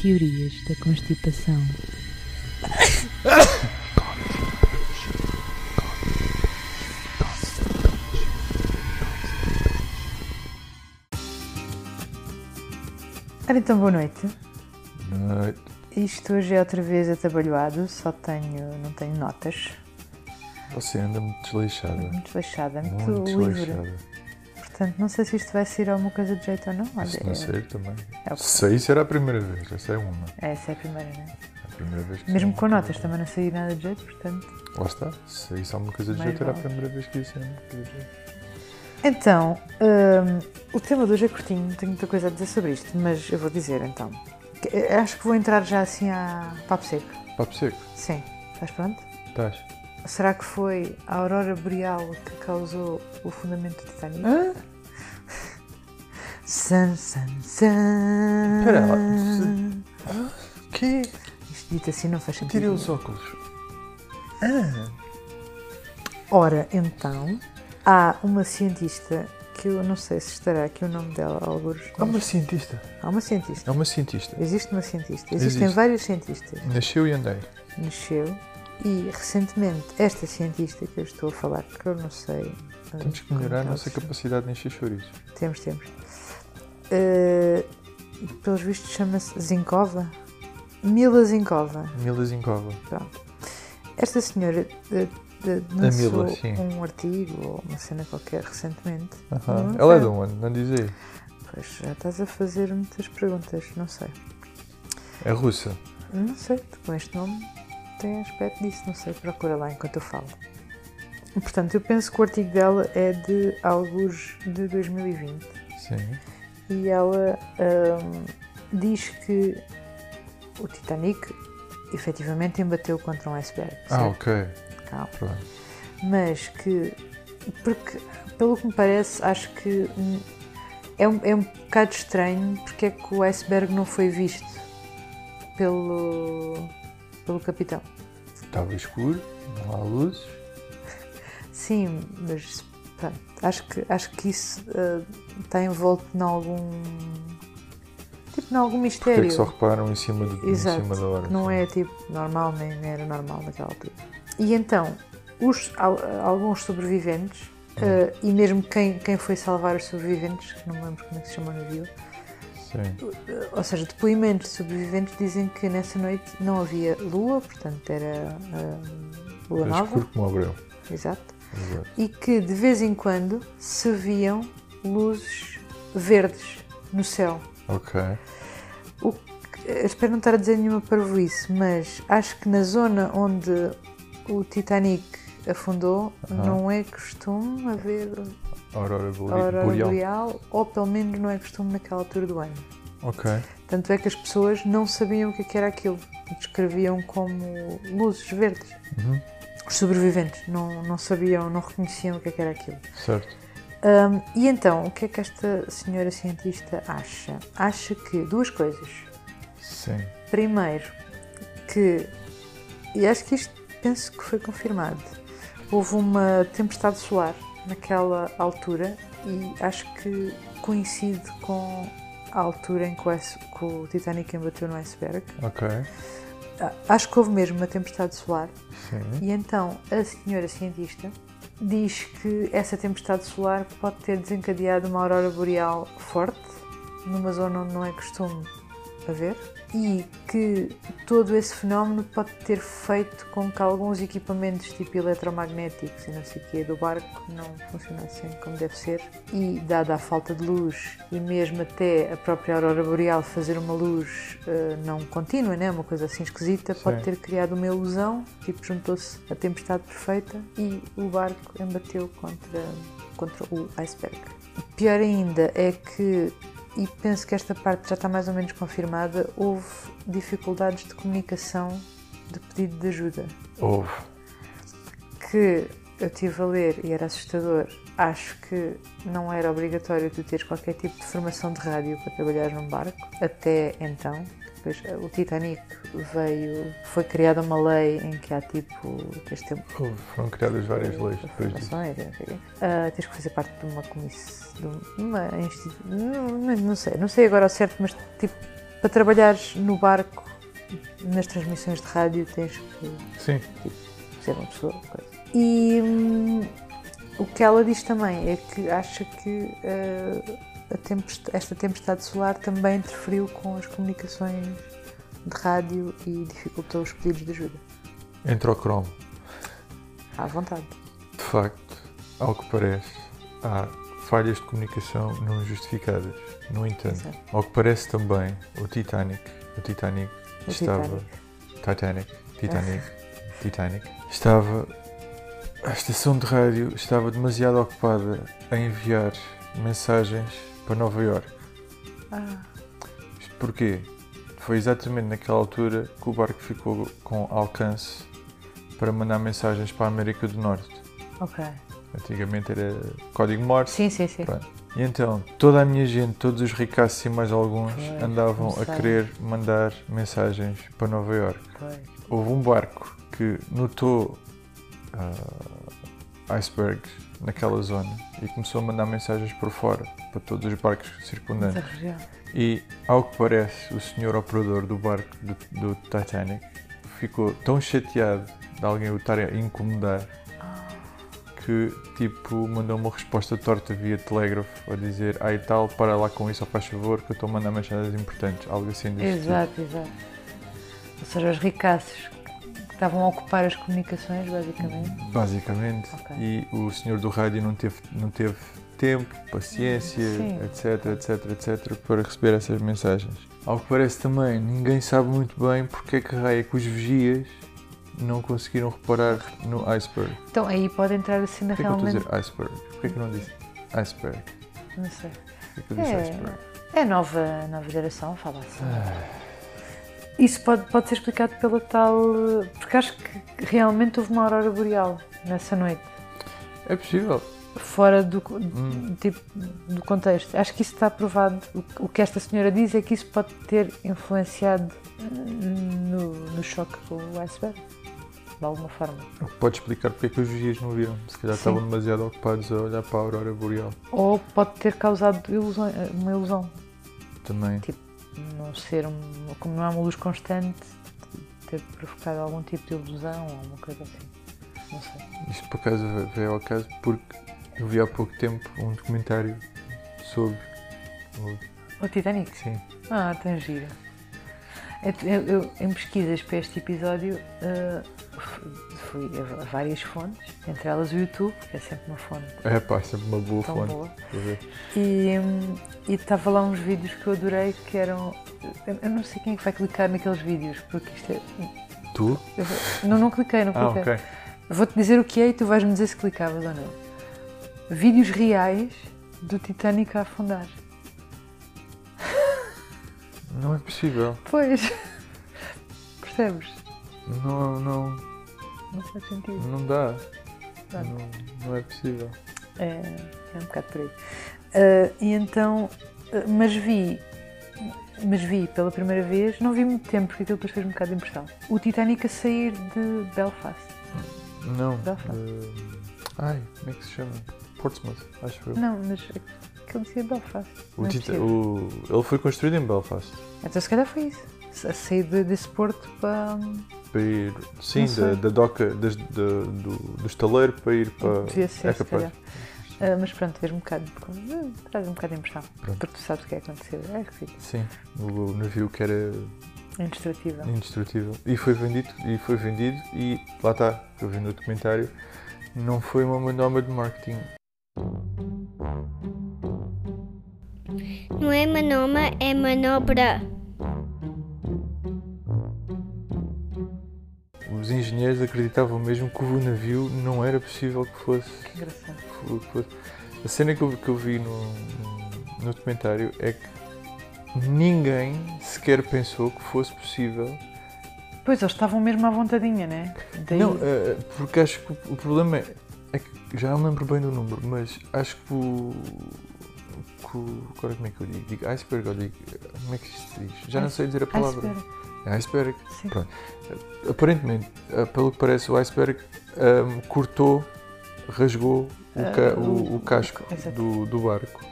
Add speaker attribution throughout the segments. Speaker 1: Teorias da constipação.
Speaker 2: Ora então, boa noite.
Speaker 3: Noite.
Speaker 2: Isto hoje é outra vez atabalhoado, só tenho, não tenho notas.
Speaker 3: Você anda muito desleixada.
Speaker 2: Muito baixada, muito,
Speaker 3: Muito
Speaker 2: livre.
Speaker 3: desleixada.
Speaker 2: Portanto, não sei se isto vai sair alguma coisa de jeito ou não.
Speaker 3: Se
Speaker 2: Olha,
Speaker 3: não sair também.
Speaker 2: É o que
Speaker 3: Se sair será a primeira vez, essa é uma.
Speaker 2: é- essa é a primeira, né?
Speaker 3: É a primeira vez que
Speaker 2: Mesmo
Speaker 3: sai
Speaker 2: com
Speaker 3: uma
Speaker 2: notas, também não saiu nada de jeito, portanto.
Speaker 3: coisa. Lá está. Se saísse alguma coisa de
Speaker 2: Mais
Speaker 3: jeito, era a
Speaker 2: vale.
Speaker 3: primeira vez que ia sair uma coisa de jeito.
Speaker 2: Então, hum, o tema de hoje é curtinho, não tenho muita coisa a dizer sobre isto, mas eu vou dizer então. Que- eh, Acho que vou entrar já assim a papo seco.
Speaker 3: Papo seco.
Speaker 2: Sim, estás pronto?
Speaker 3: Estás?
Speaker 2: Será que foi a aurora boreal que causou o fundamento do Titanic? San, san, san.
Speaker 3: Espera lá, se- Que?
Speaker 2: Isto dito assim não faz sentido.
Speaker 3: Tirei
Speaker 2: nenhum.
Speaker 3: os óculos.
Speaker 2: Ora, então, há uma cientista que eu não sei se estará aqui o nome dela, alguns.
Speaker 3: É uma cientista.
Speaker 2: Há uma cientista.
Speaker 3: É uma cientista.
Speaker 2: Existe uma cientista. Existem
Speaker 3: Existe.
Speaker 2: vários cientistas.
Speaker 3: Nasceu e andei.
Speaker 2: Nasceu e recentemente esta cientista que eu estou a falar, porque eu não sei. ah,
Speaker 3: Temos que
Speaker 2: como
Speaker 3: melhorar a
Speaker 2: ela
Speaker 3: nossa
Speaker 2: se chama.
Speaker 3: capacidade de encher chouriços.
Speaker 2: Temos, temos. Eh, pelos vistos chama-se Zinkova. Mila Zinkova.
Speaker 3: Mila Zinkova.
Speaker 2: Pronto. Esta senhora eh, eh,
Speaker 3: Mila,
Speaker 2: lançou
Speaker 3: sim.
Speaker 2: um artigo ou uma cena qualquer recentemente.
Speaker 3: Aham.
Speaker 2: Não
Speaker 3: Ela é
Speaker 2: sei.
Speaker 3: de onde? Não diz aí.
Speaker 2: Pois já estás a fazer muitas perguntas, não sei.
Speaker 3: É russa.
Speaker 2: Não sei, com este nome tem aspecto disso, não sei, procura lá enquanto eu falo. Portanto, eu penso que o artigo dela é de alguns de 2020.
Speaker 3: Sim.
Speaker 2: e ela hum, diz que o Titanic efetivamente embateu contra um iceberg,
Speaker 3: Ah,
Speaker 2: certo?
Speaker 3: ok.
Speaker 2: Calma.
Speaker 3: Pronto.
Speaker 2: mas que porque pelo que me parece acho que hum, é um, é um bocado estranho porque é que o iceberg não foi visto pelo pelo capitão.
Speaker 3: Estava escuro, não há luzes.
Speaker 2: Sim, mas pronto, acho que, acho que isso ah, está envolto em algum tipo em algum
Speaker 3: Porque
Speaker 2: mistério.
Speaker 3: é que só repararam em cima, do, em
Speaker 2: Exato.
Speaker 3: cima da hora?
Speaker 2: que não
Speaker 3: sim.
Speaker 2: é tipo normal, nem nem era normal naquela altura. E então, os, al- alguns sobreviventes,
Speaker 3: Uhum.
Speaker 2: eh, e mesmo quem, quem foi salvar os sobreviventes, que não me lembro como é que se chama o navio,
Speaker 3: Sim.
Speaker 2: eh, ou seja, depoimentos de sobreviventes dizem que nessa noite não havia lua, portanto era eh, lua
Speaker 3: Era
Speaker 2: nova,
Speaker 3: escuro como abreu.
Speaker 2: exato,
Speaker 3: Exato.
Speaker 2: e que de vez em quando se viam luzes verdes no céu.
Speaker 3: Ok.
Speaker 2: O que- eh, espero não estar a dizer nenhuma parvoíce, mas acho que na zona onde o Titanic afundou não é costume haver
Speaker 3: Aurora bore-
Speaker 2: aurora boreal.
Speaker 3: boreal.
Speaker 2: ou pelo menos não é costume naquela altura do ano.
Speaker 3: Ok.
Speaker 2: Tanto é que as pessoas não sabiam o que é que era aquilo. Descreviam como luzes verdes.
Speaker 3: Uhum.
Speaker 2: Os sobreviventes não, não sabiam, não reconheciam o que é que era aquilo.
Speaker 3: Certo.
Speaker 2: Hum, e então, o que é que esta senhora cientista acha? Acha que duas coisas.
Speaker 3: Sim.
Speaker 2: Primeiro, que, e acho que isto penso que foi confirmado, houve uma tempestade solar naquela altura e acho que coincide com a altura em que o, ice- que o Titanic embateu no iceberg.
Speaker 3: Ok.
Speaker 2: Ah, Acho que houve mesmo uma tempestade solar
Speaker 3: Sim.
Speaker 2: e então a senhora cientista diz que essa tempestade solar pode ter desencadeado uma aurora boreal forte, numa zona onde não é costume haver, e que todo esse fenómeno pode ter feito com que alguns equipamentos tipo eletromagnéticos e não sei o quê do barco não funcionassem como deve ser, e dada a falta de luz e mesmo até a própria aurora boreal fazer uma luz eh, não contínua, né? uma coisa assim esquisita, pode
Speaker 3: Sim.
Speaker 2: ter criado uma ilusão, tipo juntou-se a tempestade perfeita e o barco embateu contra, contra o iceberg. Pior ainda é que, e penso que esta parte já está mais ou menos confirmada, houve dificuldades de comunicação de pedido de ajuda
Speaker 3: Houve.
Speaker 2: que eu estive a ler e era assustador. Acho que não era obrigatório tu teres qualquer tipo de formação de rádio para trabalhar num barco, até então. Depois, eh, o Titanic veio. Foi criada uma lei em que há tipo. Tens de ter
Speaker 3: Houve. Foram criadas várias leis depois disso.
Speaker 2: formações, não sei o quê. Ah, tens que fazer parte de um, uma comissão. De uma instituição. Não, não sei, não sei agora ao certo, mas tipo. Para trabalhares no barco, nas transmissões de rádio, tens que
Speaker 3: Sim.
Speaker 2: ser uma pessoa. coisa. E hum, o que ela diz também é que acha que eh, a tempest- esta tempestade solar também interferiu com as comunicações de rádio e dificultou os pedidos de ajuda.
Speaker 3: Entra o Chrome.
Speaker 2: À vontade.
Speaker 3: De facto, ao que parece, há falhas de comunicação não justificadas. No entanto,
Speaker 2: Exato.
Speaker 3: ao que parece também, o Titanic, o Titanic
Speaker 2: O
Speaker 3: estava.
Speaker 2: Titanic.
Speaker 3: Titanic, Titanic, Titanic. Estava. A estação de rádio estava demasiado ocupada a enviar mensagens para Nova Iorque.
Speaker 2: Ah,
Speaker 3: Isto porquê? Foi exatamente naquela altura que o barco ficou com alcance para mandar mensagens para a América do Norte.
Speaker 2: ok.
Speaker 3: Antigamente era código Morse.
Speaker 2: Sim, sim, sim.
Speaker 3: Pronto. E então, toda a minha gente, todos os ricaços e mais alguns,
Speaker 2: Pois,
Speaker 3: andavam a
Speaker 2: começaram.
Speaker 3: querer mandar mensagens para Nova York.
Speaker 2: Pois.
Speaker 3: Houve um barco que notou ah, icebergs naquela zona e começou a mandar mensagens por fora, para todos os barcos
Speaker 2: Essa
Speaker 3: circundantes.
Speaker 2: região.
Speaker 3: E, ao que parece, o senhor operador do barco do, do Titanic ficou tão chateado de alguém o estar a incomodar que, tipo, mandou uma resposta torta via telégrafo a dizer ai tal, para lá com isso, ou faz favor, que eu estou a mandar mensagens importantes, algo assim desse tipo.
Speaker 2: Exato, exato. Ou seja, os ricaços que estavam a ocupar as comunicações, basicamente.
Speaker 3: Basicamente.
Speaker 2: Ok.
Speaker 3: E o senhor do rádio não teve, não teve tempo, paciência,
Speaker 2: Sim.
Speaker 3: etc, etc, etc, para receber essas mensagens. Ao que parece também, ninguém sabe muito bem porque é que raia que os vigias não conseguiram reparar no iceberg.
Speaker 2: Então aí pode entrar a cena
Speaker 3: Porquê que eu estou a
Speaker 2: realmente.
Speaker 3: dizer iceberg? Porquê que eu não disse iceberg?
Speaker 2: Não sei.
Speaker 3: Porquê que eu disse
Speaker 2: É.
Speaker 3: iceberg?
Speaker 2: É a nova, a nova geração, fala assim. Isso pode, pode ser explicado pela tal. eh, Porque acho que realmente houve uma aurora boreal nessa noite.
Speaker 3: É possível.
Speaker 2: Fora do, co- tipo, do contexto. Acho que isso está provado. O- O que esta senhora diz é que isso pode ter influenciado eh, no, no choque com o iceberg. De alguma forma.
Speaker 3: Pode explicar porque é que os vigias não viram. Se calhar
Speaker 2: Sim.
Speaker 3: estavam demasiado ocupados a olhar para a aurora boreal.
Speaker 2: Ou pode ter causado ilusão- eh, uma ilusão.
Speaker 3: Também.
Speaker 2: Não ser um, como não é uma luz constante, ter provocado algum tipo de ilusão ou alguma coisa assim. Não sei.
Speaker 3: Isto por acaso veio ao caso porque eu vi há pouco tempo um documentário sobre o
Speaker 2: O Titanic.
Speaker 3: sim,
Speaker 2: Ah, tão giro. Eu- eu- eu, em pesquisas para este episódio eh, fu- fui a va- várias fontes, entre elas o YouTube, que é sempre uma fonte
Speaker 3: é pá, sempre uma boa
Speaker 2: tão
Speaker 3: fonte.
Speaker 2: boa.
Speaker 3: estás a ver?
Speaker 2: E hum, e estava lá uns vídeos que eu adorei que eram. Eu eu não sei quem é que vai clicar naqueles vídeos, porque isto é.
Speaker 3: Tu?
Speaker 2: eu vou- Não, não cliquei, não
Speaker 3: Ah,
Speaker 2: cliquei.
Speaker 3: ok.
Speaker 2: Vou-te dizer o que é e tu vais-me dizer se clicavas ou não. Vídeos reais do Titanic a afundar.
Speaker 3: Não é possível.
Speaker 2: Pois. Percebes?
Speaker 3: Não, não,
Speaker 2: Não faz sentido.
Speaker 3: não dá.
Speaker 2: Pronto.
Speaker 3: Não, não é possível.
Speaker 2: É, é um bocado por aí. Ah, e então, ah, mas vi, mas vi pela primeira vez, não vi muito tempo, porque aquilo depois fez um bocado de impressão. O Titanic a sair de Belfast.
Speaker 3: Não.
Speaker 2: Dá fã.
Speaker 3: eh, ai, como é que se chama? Portsmouth, acho eu.
Speaker 2: Não, mas aquilo dizia Belfast. não
Speaker 3: o
Speaker 2: é
Speaker 3: Tita-
Speaker 2: possível.
Speaker 3: o- ele foi construído em Belfast.
Speaker 2: Então se calhar foi isso. A sair de- desse porto para.
Speaker 3: Para ir, sim,
Speaker 2: Não
Speaker 3: da,
Speaker 2: sei.
Speaker 3: da doca, das- da- do, do estaleiro para ir para.
Speaker 2: Devia ser,
Speaker 3: é
Speaker 2: se
Speaker 3: capaz.
Speaker 2: calhar. Ah, mas pronto, fez um bocado. de- Traz um bocado de impressão.
Speaker 3: Pronto.
Speaker 2: Porque tu sabes o que é que aconteceu. É esquisito.
Speaker 3: Sim, o o navio que era
Speaker 2: É indestrutível.
Speaker 3: indestrutível. E foi vendido, e foi vendido, e lá está, eu vi no documentário, não foi uma manobra de marketing.
Speaker 4: Não é manoma, é manobra.
Speaker 3: Os engenheiros acreditavam mesmo que o navio não era possível que fosse.
Speaker 2: Que engraçado.
Speaker 3: que fosse- A cena que eu, que eu vi no, no documentário é que ninguém sequer pensou que fosse possível.
Speaker 2: Pois, eles estavam mesmo à vontadinha, né? Daí...
Speaker 3: Não, eh, porque acho que o, o problema é, é que já não me lembro bem do número, mas acho que o. que o- Agora como é que eu digo? Digo iceberg ou digo. Como é que isto se diz? Já não sei dizer a palavra.
Speaker 2: Iceberg.
Speaker 3: É iceberg.
Speaker 2: Sim.
Speaker 3: Pronto. Aparentemente, eh, pelo que parece, o iceberg ehm, cortou, rasgou o,
Speaker 2: Ah,
Speaker 3: ca-
Speaker 2: o-
Speaker 3: o, o casco
Speaker 2: exato.
Speaker 3: do, do barco.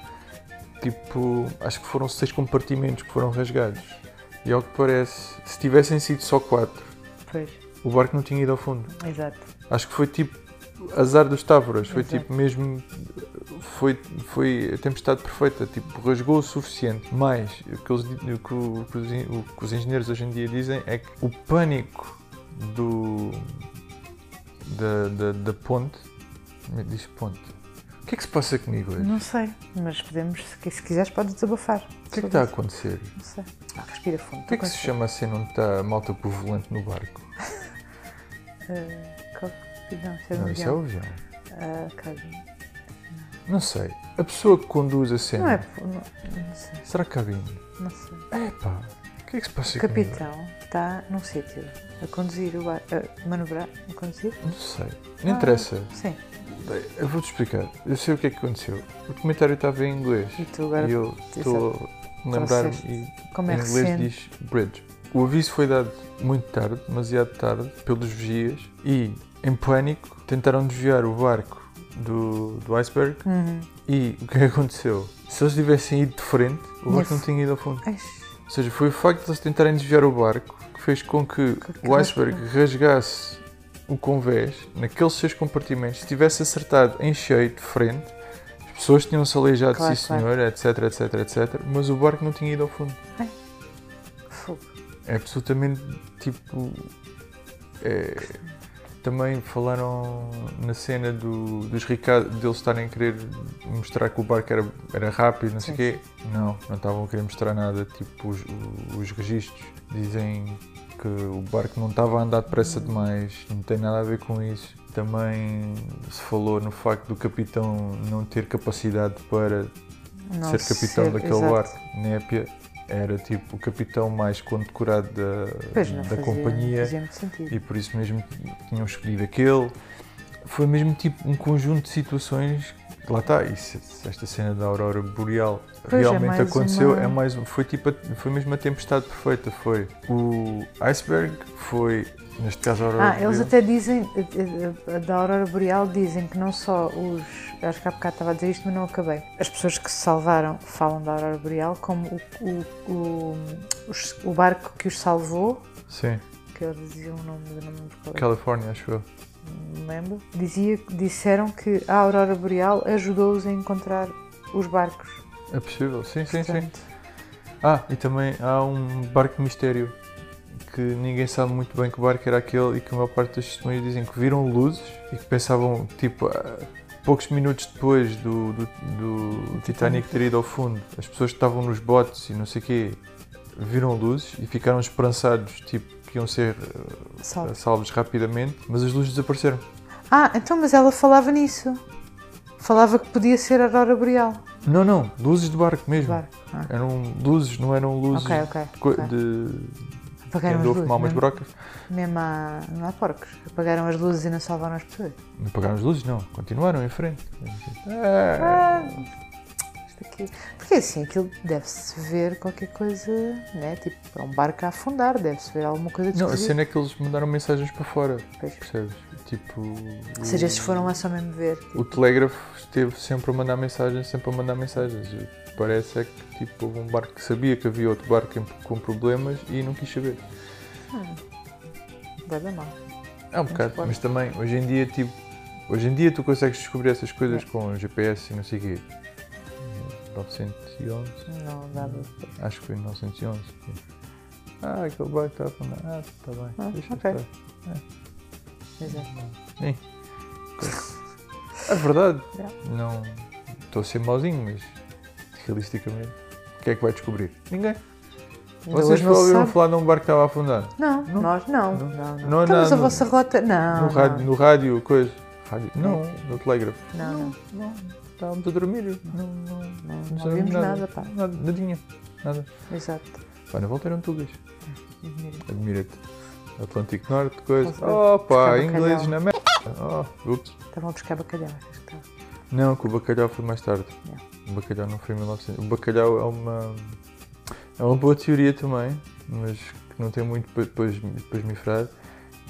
Speaker 3: Tipo, acho que foram seis compartimentos que foram rasgados. E ao que parece, se tivessem sido só quatro,
Speaker 2: Pois,
Speaker 3: o barco não tinha ido ao fundo.
Speaker 2: exato.
Speaker 3: Acho que foi tipo azar dos távoras, foi
Speaker 2: Exato.
Speaker 3: tipo mesmo. Foi, foi a tempestade perfeita, tipo, rasgou o suficiente. Mas o que, eles di- o que o- o que os, en- o que os engenheiros hoje em dia dizem é que o pânico do. da, da, da ponte. como é que Diz ponte. O que é que se passa comigo hoje?
Speaker 2: Não sei, mas podemos, se, se quiseres, podes desabafar.
Speaker 3: O que é que está a acontecer?
Speaker 2: Não sei. Respira fundo.
Speaker 3: O que é que se chama assim não está malta com o volante no barco?
Speaker 2: é Não, isso Ah, é um
Speaker 3: Não, isso é
Speaker 2: avião.
Speaker 3: o avião.
Speaker 2: Ah, cabine.
Speaker 3: Não sei. A pessoa que conduz a cena.
Speaker 2: Não é. Não, não sei,
Speaker 3: Será que cabine?
Speaker 2: não sei.
Speaker 3: Epá, o que é que se passa
Speaker 2: O
Speaker 3: comigo?
Speaker 2: capitão está num sítio a conduzir o barco. A manobrar, a conduzir?
Speaker 3: Não sei. Não interessa.
Speaker 2: Sim.
Speaker 3: Bem, Eu vou-te explicar. Eu sei o que é que aconteceu. O documentário estava em inglês.
Speaker 2: E tu agora
Speaker 3: E eu estou a lembrar-me
Speaker 2: Trouxeste.
Speaker 3: e
Speaker 2: Como é
Speaker 3: em inglês
Speaker 2: recente.
Speaker 3: diz bridge. O aviso foi dado muito tarde, demasiado tarde, pelos vigias e, em pânico, tentaram desviar o barco do, do iceberg
Speaker 2: Uhum.
Speaker 3: e o que é que aconteceu? Se eles tivessem ido de frente, o barco não
Speaker 2: Yes.
Speaker 3: tinha ido ao fundo.
Speaker 2: Ai,
Speaker 3: Ou seja, foi o facto de eles tentarem desviar o barco que fez com que
Speaker 2: Que
Speaker 3: o iceberg rasgasse o convés naqueles seus compartimentos, se tivesse acertado em cheio de frente, as pessoas tinham-se aleijado,
Speaker 2: Claro,
Speaker 3: sim
Speaker 2: claro.
Speaker 3: senhor, etc, etc, etc, mas o barco não tinha ido ao fundo.
Speaker 2: fogo.
Speaker 3: É absolutamente tipo. é, também falaram na cena do, dos Ricardo, deles estarem a querer mostrar que o barco era, era rápido, não
Speaker 2: Sim.
Speaker 3: sei o quê. Não, não estavam a querer mostrar nada. Tipo, os, o- os registros dizem que o barco não estava a andar depressa
Speaker 2: Hum.
Speaker 3: demais, não tem nada a ver com isso. Também se falou no facto do capitão não ter capacidade para
Speaker 2: Não
Speaker 3: ser capitão
Speaker 2: ser-
Speaker 3: daquele
Speaker 2: exato.
Speaker 3: barco, Népia, era tipo o capitão mais condecorado da,
Speaker 2: Pois não,
Speaker 3: da
Speaker 2: fazia,
Speaker 3: companhia
Speaker 2: fazia muito sentido.
Speaker 3: e por isso mesmo tinham escolhido aquele. Foi mesmo tipo um conjunto de situações. Lá está, isso, esta cena da aurora boreal
Speaker 2: é
Speaker 3: realmente
Speaker 2: mais
Speaker 3: aconteceu.
Speaker 2: uma-
Speaker 3: É mais, um- foi, tipo, a- foi mesmo a tempestade perfeita. Foi o iceberg, foi neste caso a aurora
Speaker 2: Ah, eles
Speaker 3: boreal.
Speaker 2: até dizem, eh, eh, da Aurora Boreal, dizem que não só os. Acho que há bocado estava a dizer isto, mas não acabei. As pessoas que se salvaram falam da Aurora Boreal, como o, o, o, os- o barco que os salvou,
Speaker 3: Sim,
Speaker 2: que eles diziam o nome, eu não me lembro qual era,
Speaker 3: Califórnia, acho eu.
Speaker 2: não me lembro, dizia, disseram que a Aurora Boreal ajudou-os a encontrar os barcos.
Speaker 3: É possível, sim, sim, sim.
Speaker 2: Portanto,
Speaker 3: Ah, e também há um barco mistério que ninguém sabe muito bem que barco era aquele e que a maior parte das testemunhas dizem que viram luzes e que pensavam, tipo, ah, poucos minutos depois do, do, do Titanic ter ido ao fundo, as pessoas que estavam nos botes e não sei o quê viram luzes e ficaram esperançados, tipo, que iam ser ah,
Speaker 2: salve.
Speaker 3: salvos rapidamente, mas as luzes desapareceram.
Speaker 2: Ah, então, mas ela falava nisso. Falava que podia ser a Aurora Boreal.
Speaker 3: Não, não, luzes de barco mesmo.
Speaker 2: Claro. Ah,
Speaker 3: Eram luzes, não eram luzes
Speaker 2: ok, ok.
Speaker 3: de co-
Speaker 2: ok.
Speaker 3: de quem
Speaker 2: Apagaram as
Speaker 3: andou a
Speaker 2: luzes. é?
Speaker 3: fumar umas
Speaker 2: mesmo-
Speaker 3: brocas.
Speaker 2: Mesmo há, não há porcos. Apagaram as luzes e não salvaram as pessoas.
Speaker 3: Não apagaram as luzes, não. Continuaram em frente.
Speaker 2: É,
Speaker 3: É,
Speaker 2: Isto aqui. Porque assim, aquilo deve-se ver qualquer coisa, né? Tipo, é um barco a afundar, deve-se ver alguma coisa de
Speaker 3: Não, a
Speaker 2: esquisito.
Speaker 3: cena é que eles mandaram mensagens para fora,
Speaker 2: Pois.
Speaker 3: percebes? Tipo.
Speaker 2: Ou seja,
Speaker 3: o-
Speaker 2: esses foram lá só mesmo ver.
Speaker 3: O telégrafo esteve sempre a mandar mensagens, sempre a mandar mensagens. E o que Parece é que tipo, houve um barco que sabia que havia outro barco em- com problemas e não quis saber.
Speaker 2: Vai dar mal.
Speaker 3: É um bocado,
Speaker 2: forte.
Speaker 3: mas também, hoje em dia, tipo. Hoje em dia tu consegues descobrir essas coisas
Speaker 2: É.
Speaker 3: com o GPS e não sei o quê. 911,
Speaker 2: Não dá para
Speaker 3: acho que foi 911. Ah, aquele barco está a afundar. Ah, está bem.
Speaker 2: Ah,
Speaker 3: deixa
Speaker 2: ok.
Speaker 3: estar.
Speaker 2: Exato.
Speaker 3: É verdade.
Speaker 2: É.
Speaker 3: Não. Estou a ser mauzinho, mas realisticamente. O que é que vai descobrir? Ninguém.
Speaker 2: Ainda
Speaker 3: Vocês
Speaker 2: hoje não
Speaker 3: só
Speaker 2: se
Speaker 3: ouviram
Speaker 2: sabe.
Speaker 3: falar de um barco que estava a afundar?
Speaker 2: Não,
Speaker 3: Não.
Speaker 2: nós não.
Speaker 3: Não.
Speaker 2: Não, não.
Speaker 3: Não há
Speaker 2: Então, mas
Speaker 3: nada
Speaker 2: a
Speaker 3: no-
Speaker 2: vossa rota. Não.
Speaker 3: no,
Speaker 2: não.
Speaker 3: rádio, no rádio, coisa. Rádio? Não, no telégrafo.
Speaker 2: Não, não.
Speaker 3: Não, estávamos a dormir. Não, não,
Speaker 2: Não,
Speaker 3: não
Speaker 2: não
Speaker 3: sabemos
Speaker 2: vimos nada, pá.
Speaker 3: Nada, nadinha. Nada.
Speaker 2: Exato. Uhum.
Speaker 3: Pá, na volta eram tugas. Admira-te. Atlântico Norte, coisa.
Speaker 2: Nossa,
Speaker 3: Oh pá,
Speaker 2: buscar
Speaker 3: ingleses
Speaker 2: bacalhau.
Speaker 3: na merda. Oh, ups.
Speaker 2: Estavam a buscar bacalhau, acho que estava.
Speaker 3: Não, que o bacalhau foi mais tarde.
Speaker 2: Yeah.
Speaker 3: O bacalhau não foi em 1900. O bacalhau é uma. É uma boa teoria também, mas que não tem muito para depois, depois me frar,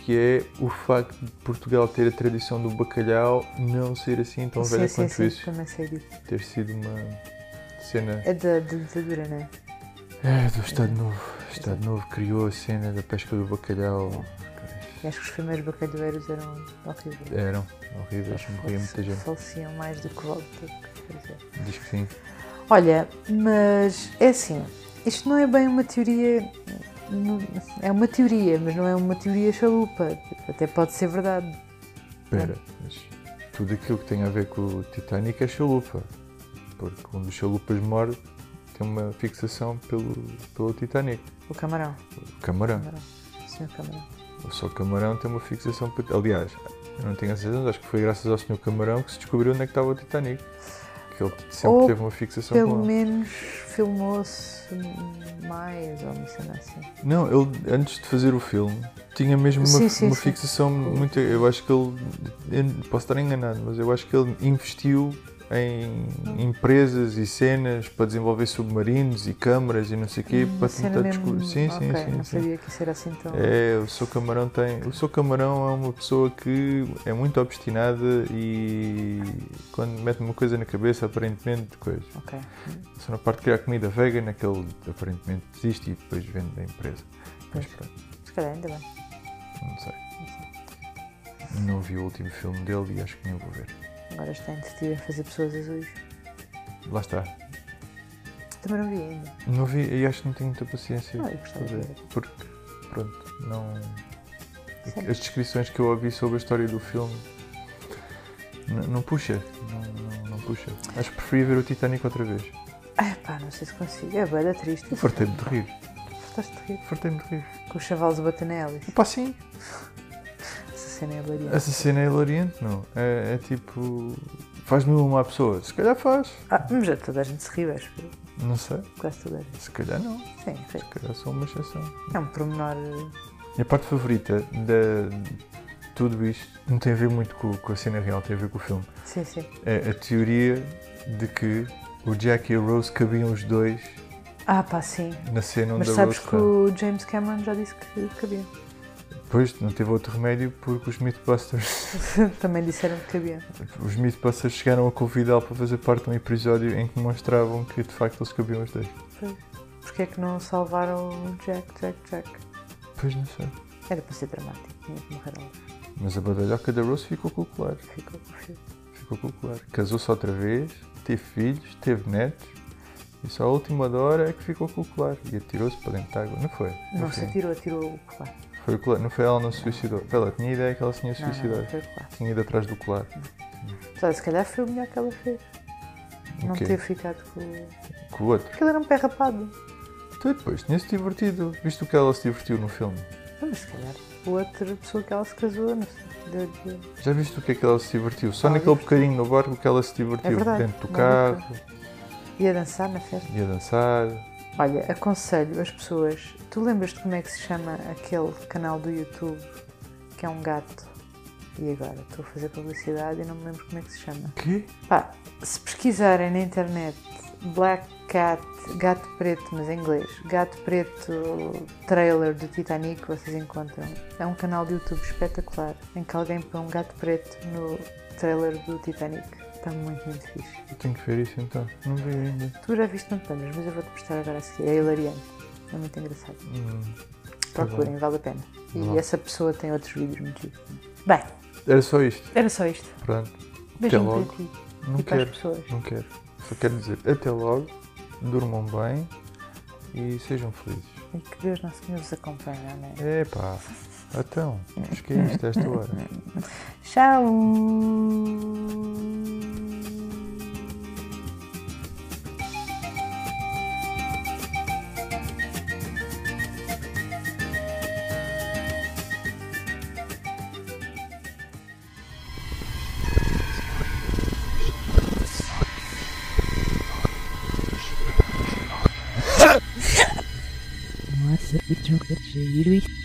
Speaker 3: que é o facto de Portugal ter a tradição do bacalhau não ser assim tão velha
Speaker 2: sim,
Speaker 3: quanto
Speaker 2: sim, sim,
Speaker 3: isso.
Speaker 2: também sei disso.
Speaker 3: Ter sido uma cena.
Speaker 2: É da da ditadura, não é?
Speaker 3: É, do Estado Novo. Estado Novo criou a cena da pesca do bacalhau.
Speaker 2: E acho que os primeiros bacalhoeiros eram horríveis.
Speaker 3: Eram horríveis, morria É, muita
Speaker 2: Fale-
Speaker 3: gente.
Speaker 2: Faleciam mais do que volta. quer dizer.
Speaker 3: Diz que sim.
Speaker 2: Olha, mas é assim, isto não é bem uma teoria, não- é uma teoria, mas não é uma teoria chalupa, até pode ser verdade.
Speaker 3: Espera, mas tudo aquilo que tem a ver com o Titanic é chalupa. Porque quando os chalupas morre, tem uma fixação pelo, pelo Titanic.
Speaker 2: O camarão,
Speaker 3: O camarão.
Speaker 2: o senhor camarão.
Speaker 3: O Sr. Camarão tem uma fixação. por- Aliás, eu não tenho a certeza, mas acho que foi graças ao Sr. Camarão que se descobriu onde é que estava o Titanic. Que ele sempre
Speaker 2: Ou
Speaker 3: teve uma fixação
Speaker 2: Pelo
Speaker 3: com ele.
Speaker 2: menos filmou-se mais, ou uma cena assim.
Speaker 3: Não, ele antes de fazer o filme tinha mesmo uma,
Speaker 2: Sim, sim,
Speaker 3: uma
Speaker 2: sim.
Speaker 3: fixação muito. Eu acho que ele. eu posso estar enganado, mas eu acho que ele investiu em empresas e cenas para desenvolver submarinos e câmaras e não sei o quê
Speaker 2: Uma
Speaker 3: para
Speaker 2: Hum, cena
Speaker 3: tentar
Speaker 2: mesmo,
Speaker 3: descobrir. Sim, sim,
Speaker 2: ok,
Speaker 3: sim,
Speaker 2: não
Speaker 3: sim.
Speaker 2: sabia que isso era assim tão...
Speaker 3: É, o seu camarão tem. O seu camarão é uma pessoa que é muito obstinada e quando mete uma coisa na cabeça, aparentemente, coisa.
Speaker 2: Ok.
Speaker 3: Só na parte de criar comida vegan, é que ele aparentemente desiste e depois vende da empresa.
Speaker 2: Pois.
Speaker 3: Mas pronto,
Speaker 2: Se calhar ainda bem.
Speaker 3: não sei. Não vi o último filme dele e acho que nem o vou ver.
Speaker 2: Agora está entretido a fazer pessoas azuis.
Speaker 3: Lá está.
Speaker 2: Também não vi ainda.
Speaker 3: Não vi e acho que não tenho muita paciência
Speaker 2: Ah, eu gostava
Speaker 3: para
Speaker 2: de
Speaker 3: ver.
Speaker 2: ver.
Speaker 3: Porque, pronto, não.
Speaker 2: Sim.
Speaker 3: As descrições que eu ouvi sobre a história do filme n- não puxa. Não, não- não puxa. Acho que preferi ver o Titanic outra vez.
Speaker 2: Ah, pá, não sei se consigo. É bela triste.
Speaker 3: Eu fartei-me de rir.
Speaker 2: Fartaste de rir.
Speaker 3: Fartei-me de rir.
Speaker 2: Com os chavalos a bater na hélice.
Speaker 3: Pá, sim.
Speaker 2: Essa cena é hilariante.
Speaker 3: Essa cena é hilariante, não? É, é tipo. Faz-me uma à pessoa. Se calhar faz.
Speaker 2: Ah, mas já toda a gente se riu, acho que
Speaker 3: Não sei.
Speaker 2: quase toda a gente.
Speaker 3: Se calhar não.
Speaker 2: Sim, foi.
Speaker 3: Se calhar sou uma exceção.
Speaker 2: É um pormenor. eh,
Speaker 3: Minha parte favorita da- de tudo isto não tem a ver muito com, com a cena real, tem a ver com o filme.
Speaker 2: Sim, sim.
Speaker 3: É a teoria de que o Jack e a Rose cabiam os dois
Speaker 2: Ah, pá, sim.
Speaker 3: na cena onde
Speaker 2: Mas
Speaker 3: a
Speaker 2: sabes
Speaker 3: Rose
Speaker 2: que
Speaker 3: está.
Speaker 2: o James Cameron já disse que cabia.
Speaker 3: Pois, não teve outro remédio porque os Mythbusters,
Speaker 2: Também disseram que cabia.
Speaker 3: os Mythbusters chegaram a convidá-lo para fazer parte de um episódio em que mostravam que de facto eles cabiam os dois.
Speaker 2: Porquê é que não salvaram o Jack, Jack, Jack?
Speaker 3: Pois não sei.
Speaker 2: Era para ser dramático, tinha que morrer alguém.
Speaker 3: Mas a badalhoca da Rose ficou com o colar.
Speaker 2: Ficou com o filho.
Speaker 3: Ficou com o colar. Casou-se outra vez, teve filhos, teve netos. E só a última da hora é que ficou com o colar. E atirou-se para dentro de água. Não foi? No
Speaker 2: Não
Speaker 3: fim.
Speaker 2: se tirou, tirou o colar.
Speaker 3: Foi o colar. Não foi ela não se suicidou. Ela tinha ideia que ela se tinha
Speaker 2: Não, não, não
Speaker 3: suicidado.
Speaker 2: foi o colar.
Speaker 3: Tinha ido atrás do colar.
Speaker 2: Apesar de se calhar foi o melhor que ela fez. Não
Speaker 3: O quê?
Speaker 2: ter ficado com. Porque
Speaker 3: Com o outro.
Speaker 2: ele era um pé rapado.
Speaker 3: Tu depois tinha-se divertido. Visto que ela se divertiu no filme.
Speaker 2: Ah, Mas se calhar outra pessoa que ela se casou, não sei. deu- deu-
Speaker 3: Já viste o que é que ela se divertiu? Só
Speaker 2: Ah,
Speaker 3: naquele bocadinho no barco que ela se divertiu.
Speaker 2: É verdade.
Speaker 3: Dentro do
Speaker 2: Não,
Speaker 3: carro,
Speaker 2: Ia dançar na festa.
Speaker 3: ia dançar.
Speaker 2: Olha, aconselho as pessoas. Tu lembras-te como é que se chama aquele canal do YouTube que é um gato? E agora estou a fazer publicidade e não me lembro como é que se chama.
Speaker 3: Quê?
Speaker 2: Pá, se pesquisarem na internet Black Cat, gato preto, mas em inglês, gato preto trailer do Titanic, vocês encontram. É um canal de YouTube espetacular em que alguém põe um gato preto no trailer do Titanic. Está muito, muito fixe.
Speaker 3: Eu tenho que ver isso então. Não vi ainda.
Speaker 2: Tu já viste tanto tantas, mas eu vou-te mostrar agora a seguir. É hilariante. É muito engraçado.
Speaker 3: Hum.
Speaker 2: Procurem, vale a pena. E
Speaker 3: Vá.
Speaker 2: essa pessoa tem outros vídeos muito giros. Bem,
Speaker 3: Era só isto.
Speaker 2: era só isto.
Speaker 3: Pronto.
Speaker 2: Beijinho
Speaker 3: logo.
Speaker 2: para ti
Speaker 3: Não
Speaker 2: e para as
Speaker 3: quero.
Speaker 2: pessoas.
Speaker 3: Não quero. Só quero dizer até logo, durmam bem e sejam felizes.
Speaker 2: E É que Deus Nosso Senhor vos acompanhe, amém.
Speaker 3: Epá, então, acho que é isto a esta hora.
Speaker 2: Tchau!
Speaker 1: Nossa, que giro isto.